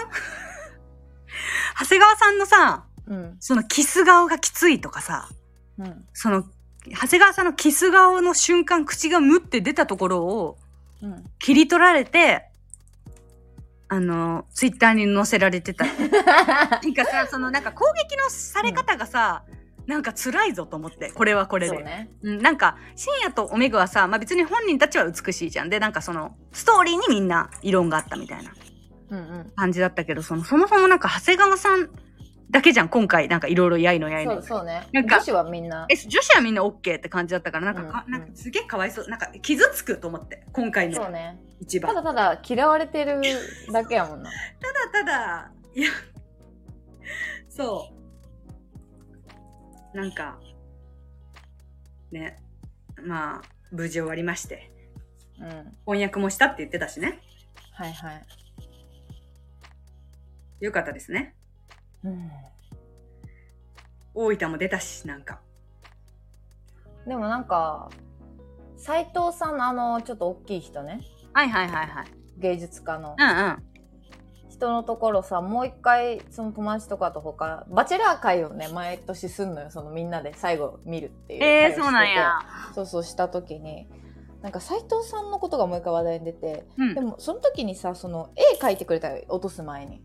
長谷川さんのさ
うん。
そのキス顔がきついとかさ
うん。
その長谷川さんのキス顔の瞬間口がむって出たところを
うん。
切り取られてあのツイッターに載せられてたなんかさそのなんか攻撃のされ方がさ、なんか辛いぞと思ってこれはこれで
そうね。
うん、なんか深夜とオメグはさ、まあ、別に本人たちは美しいじゃんでなんかそのストーリーにみんな異論があったみたいな
うんうん。
感じだったけどそのそもそもなんか長谷川さんだけじゃん今回なんかいろいろやいのやい
そ
の
うそうね。
なんか
女子はみんな。
え女子はみんな OK って感じだったからなんかか、
うんうん
なんかすげえかわいそうなんか傷つくと思って今回
そう
の
ね。
一番
ただただ嫌われてるだけやもんな。
ただただいやそうなんかねまあ無事終わりまして
うん。
翻訳もしたって言ってたしね
はいはい。
よかったですね
うん。
大分も出たしなんか
でもなんか、斎藤さんのあの、ちょっと大きい人ね。
はいはいはいはい
芸術家の
うんうん
人のところさもう一回その友達とかと他バチェラー会をね毎年すんのよそのみんなで最後見るっていう
えー、
会をしてて
そうなんや。
そうそうした時になんか斎藤さんのことがもう一回話題に出て
うん
で。もその時にさその絵描いてくれたよ落とす前に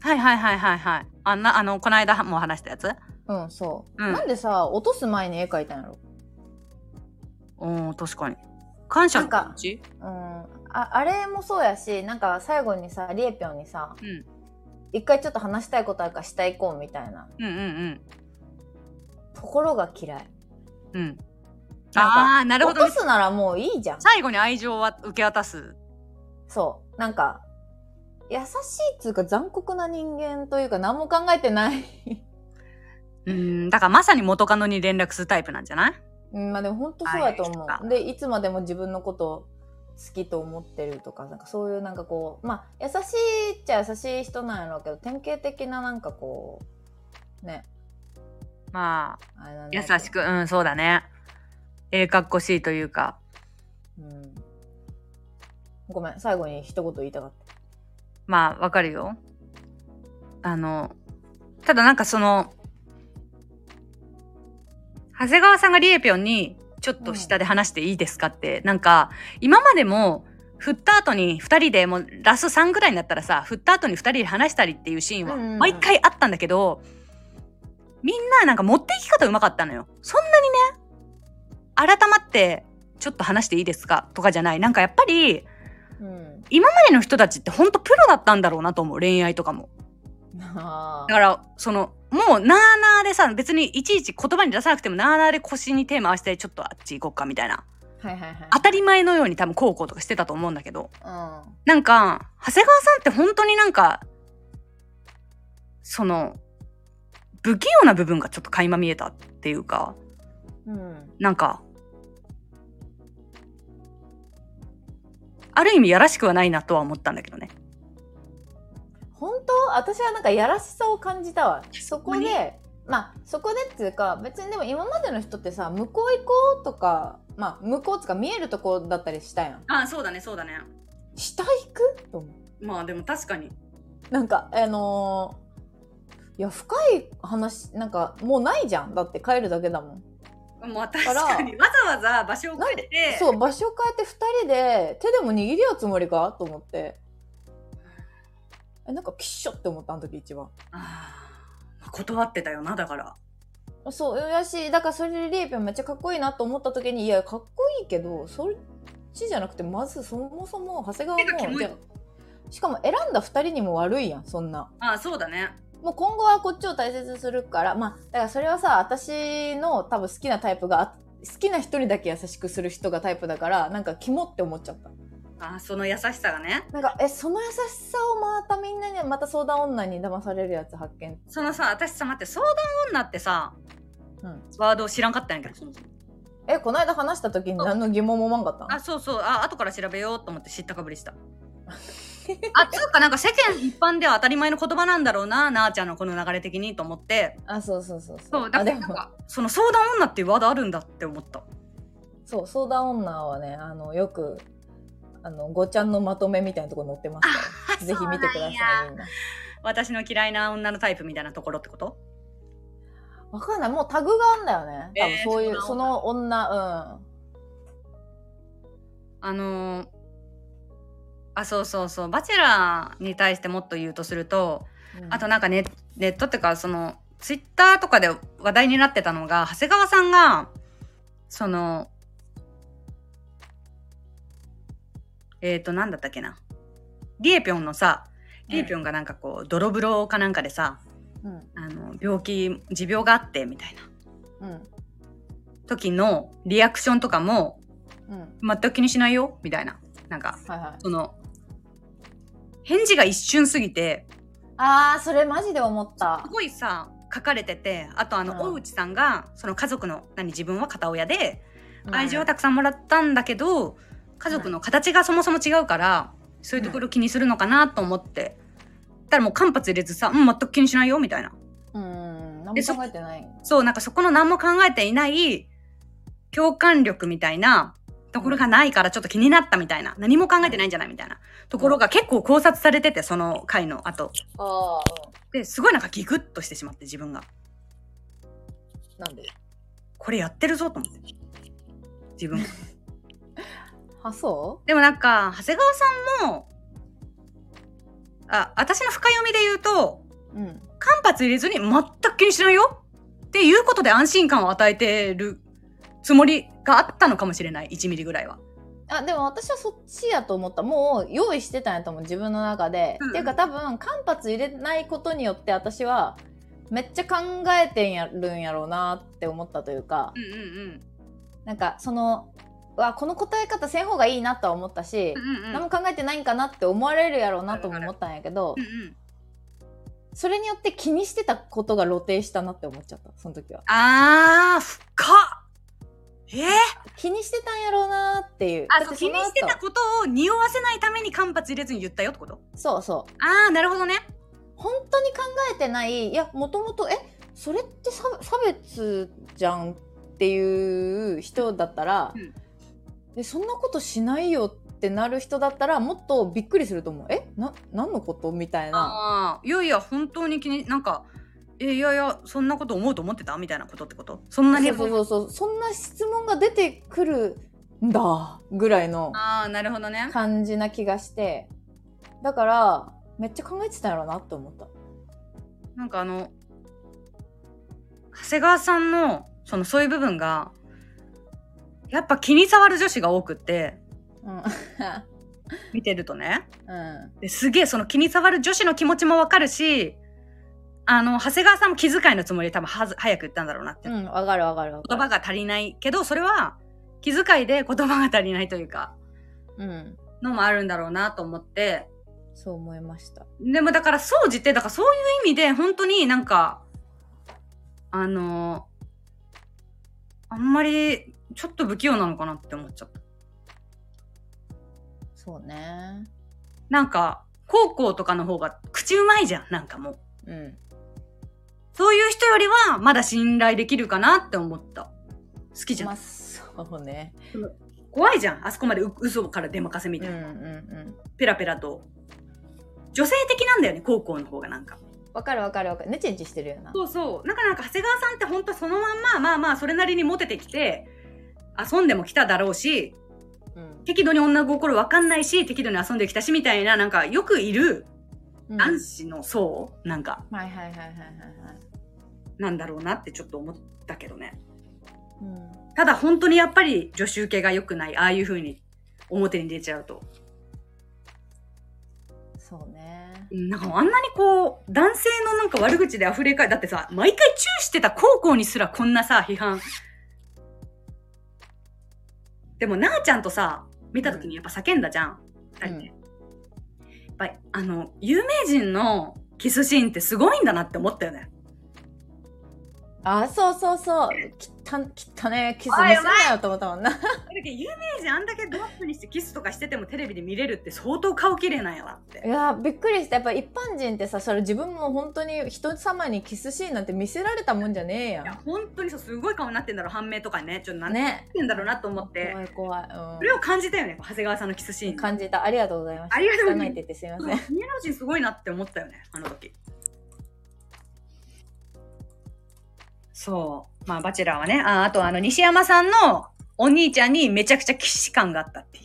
はいはいはいはいはい。あんな、あの、この間も話したやつ
うんそう、
うん
なんでさ落とす前に絵描いたんやろ
おー、確かに。感謝の気持ち
うんああれもそうやしなんか最後にさりえぴょんにさ
うん。
一回ちょっと話したいことあるからしたいこうみたいな
うんうん
ところが嫌い
うん。うん。
なんか
ああー、なるほ
落
ど
と
ね。
すならもういいじゃん
最後に愛情は受け渡す。
そうなんか優しいっつうか残酷な人間というか何も考えてない
うん。だからまさに元カノに連絡するタイプなんじゃない
うんまあでも本当そうやと思
ああいう人
うでいつまでも自分のことを好きと思ってるとかなんかそういうなんかこうまあ優しいっちゃ優しい人なんやろうけど典型的ななんかこうね
まあ、
あれなんだ
優
けど
しく、うん、そうだね。ええかっこしいというか。
うんごめん最後に一言言いたかっ
まあ、わかるよ。あの、ただなんかその、長谷川さんがリエピョンに、ちょっと下で話していいですかって、なんか、今までも、振った後に二人で、もうラスト3ぐらいになったらさ、振った後に二人で話したりっていうシーンは、
うんうんうん
毎回あったんだけど、みんななんか持っていき方うまかったのよ。そんなにね、改まって、ちょっと話していいですかとかじゃない。なんかやっぱり、
たうん
今までの人たちってほんとプロだったんだろうなと思う恋愛とかも
なあ
だからそのもうなあなあでさ別にいちいち言葉に出さなくてもなあなあで腰に手回してちょっとあっち行こっかみたいな
はいはいはい
当たり前のように多分高校とかしてたと思うんだけど
うん
なんか長谷川さんって本当になんかその不器用な部分がちょっと垣間見えたっていうか
うん
なんかある意味やらしくはないなとは思ったんだけどね
本当私はなんかやらしさを感じたわそこ
に
でまあそこでっていうか別にでも今までの人ってさ向こう行こうとかまあ向こうっつうか見えるとこだったりしたやん
あそうだねそうだね
下行くと思
まあでも確かに
うなんかあのーいや深い話なんかもうないじゃんだって帰るだけだもん
まあ確かにわざわざ場所を変えて
そう場所を変えて2人で手でも握り合うつもりかと思ってえなんかきっしょって思ったあの時一番
あーまあ断ってたよなだから
そうやしだからそれでリエピョンめっちゃかっこいいなと思った時にいやかっこいいけどそっちじゃなくてまずそもそも長谷
てかキ
川
モ
も
い
じゃあしかも選んだ2人にも悪いやんそんな
ああそうだね
もう今後はこっちを大切にするからまあだからそれはさ私の多分好きなタイプがあ好きな人にだけ優しくする人がタイプだからなんかキモって思っちゃった
あーその優しさがね
なんかえその優しさをまたみんなにまた相談女に騙されるやつ発見
そのさ私さ待って相談女ってさ、
うん
ワードを知らんかったんやけど
えこの間話した時に何の疑問も思わんかった
あそうそうあ後から調べようと思って知ったかぶりした あつうかなんか世間一般では当たり前の言葉なんだろうななあちゃんのこの流れ的にと思って
あそうそうそう
そうだ
あ
か
で
らなん
も
かその相談女っていうワードあるんだって思った
そう相談女はねあのよくあのごちゃんのまとめみたいなとこ載ってますからぜひ見てくだ
そうなん
さい
や
みんな
私の嫌いな女のタイプみたいなところってこと
わかんないもうタグがあんだよね多分
えー
そういう、
そ
そ
ん
の女
あのーあそうそうそう「バチェラー」に対してもっと言うとすると、
うん、
あとなんかネネットってかそのツイッターとかで話題になってたのが長谷川さんがそのえっ、ー、となんだったっけなリエピョンのさリエピョンがなんかこう泥風呂かなんかでさ
うん
あの病気持病があってみたいな
うん
時のリアクションとかも
うん
全く気にしないよみたいななんか
はいはい
その返事が一瞬すぎて
あーそれマジで思った
すごいさ書かれててあとあの、
うん
大内さんがその家族の何自分は片親で
うん
愛情はたくさんもらったんだけど、家族の形がそもそも違うから、そういうところ気にするのかなと思って、たらもう間髪入れずさ「うん全く気にしないよ」みたいな
うん何
で
も
そ
考えてない
そうなんかそこの何も考えていない共感力みたいなところがないからちょっと気になったみたいな何も考えてないんじゃないみたいなところが結構考察されててその回の後
ああ、
ですごいなんかギクッとしてしまって自分が
うん。なんで
これやってるぞと思って自分
あ、そ
でもなんか長谷川さんもあ私の深読みで言うと
ううん。
間髪入れずに全く気にしないよっていうことで安心感を与えてるつもりがあったのかもしれない1ミリぐらいは。
あ、でも私はそっちやと思った。もう用意してたんやと思う、自分の中で。
うん
っていうか多分、間髪入れないことによって私は、めっちゃ考えてんやるんやろうなって思ったというか、
うんうん
なんかその、うわ、この答え方せん方がいいなとは思ったし、
うんうんうん
何も考えてないんかなって思われるやろうなとも思ったんやけど
う、んうん
それによって気にしてたことが露呈したなって思っちゃった、その時は。
あー深っえー、
気にしてたんやろうなっていう。
あ
だっ
そう
て
気に
の後
してたことを匂わせないために間髪入れずに言ったよってこと
そうそう。
ああなるほどね
本当に考えてないいやもともとえそれって差差別じゃんっていう人だったら、
うん
えそんなことしないよってなる人だったらもっとびっくりすると思うえな何のことみたいな
ああいやいや本当に気になんかえいやいやそんなこと思うと思ってたみたいなことってことそんなに
そうそうそうそうそんな質問が出てくるんだぐらいの
ああなるほどね
感じな気がしてだからめっちゃ考えてたんやろなって思った。
なんかあの長谷川さんのそのそういう部分がやっぱ気に障る女子が多くって
うん、
見てるとね
うん、
ですげえその気に障る女子の気持ちもわかるしあの長谷川さんも気遣いのつもりで多分はず早く言ったんだろうなって、
うん、わかるわかるわか
言
る。
葉が足りないけどそれは気遣いで言葉が足りないというか
うん、
のもあるんだろうなと思って
そう思いました。
でもだから掃除ってだからそういう意味で本当になんかあのあんまりちょっと不器用なのかなって思っちゃった
そうね。
なんか高校とかの方が口うまいじゃんなんかもう
うん。
そういう人よりはまだ信頼できるかなって思った好きじゃん、
まあ、そうね。
怖いじゃんあそこまでう嘘から出まかせみ
うん
た
う
い
ん
な、
うん。
ペラペラと女性的なんだよね高校の方がなんか
わかるわかるわかる。ねちんちしてるよな。
そうそう。なんかなんか長谷川さんって本当そのまんま、まあまあ、それなりにモテてきて、遊んでも来ただろうし、
うん。
適度に女心わかんないし、適度に遊んできたし、みたいな、なんかよくいる
うんはい
男子の層、なんか、
はいはいはいはいはい。
なんだろうなってちょっと思ったけどね。
うん。
ただ本当にやっぱり女子受けが良くない、ああいう風に表に出ちゃうと。
そうね。
うんなんかあんなにこう、男性のなんか悪口で溢れかえ、だってさ、毎回チューしてた高校にすらこんなさ、批判。でも、なあちゃんとさ、見た時にやっぱ叫んだじゃん。二人で。
うん
やっぱり、あの、有名人のキスシーンってすごいんだなって思ったよね。
あ、そうそうそう。きったん、きったね。キス見せんなよと思ったもんな。
だけど有名人あんだけドアップにしてキスとかしててもテレビで見れるって相当顔綺麗なんやなって
い。やーびっくりした。やっぱ一般人ってさ、それ自分も本当に人様にキスシーンなんて見せられたもんじゃねえ
いや
や、
本当にさ、すごい顔になってんだろ、判明とかね。ちょっとなん
ん。
て
ね。
言ってんだろうなと思って
怖。い怖い。
それを感じたよね、長谷川さんのキスシー
う
ン
ん。
に。
感じた。ありがとうございました。
ありがとうございます
汚いって言ってすみま
そう
せん。
芸能人すごいなって思ったよねあの時そうまあ「バチェラー」はねああとあの西山さんのお兄ちゃんにめちゃくちゃ既視感があったってい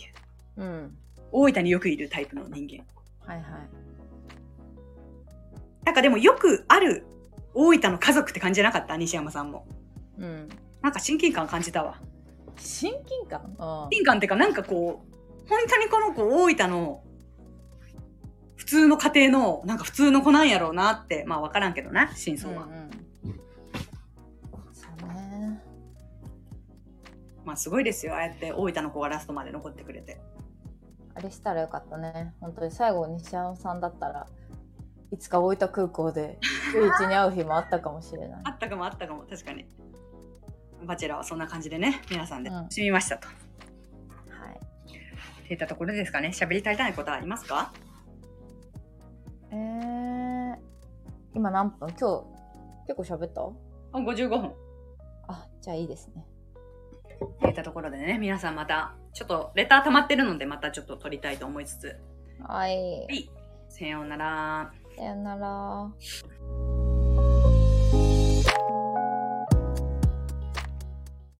う
うん。
大分によくいるタイプの人間
はいはい。
なんかでもよくある大分の家族って感じじゃなかった西山さんも
うん。
なんか親近感感じたわ
親近感うん
親。近感っていうかなんかこう本当にこの子大分の普通の家庭のなんか普通の子なんやろうなってまあ分からんけどな真相は、
うんうん、そうね
まあすごいですよ。ああやって大分の子がラストまで残ってくれて。
あれしたらよかったね本当に最後西山さんだったらいつか大分空 港で唯一に会う日もあったかもしれない
あったかもあったかも、確かに。バチェラーはそんな感じでね、皆さんで楽しみましたと。
はい
っていったところですかね。喋り足りないことはありますか
えー、今何分今日結構喋った
あ ?55 分。
あじゃあいいですね
っていったところでね、皆さんまたちょっとレター溜まってるので、またちょっと撮りたいと思いつつ。
はい
は。い。さようなら。
さよなら。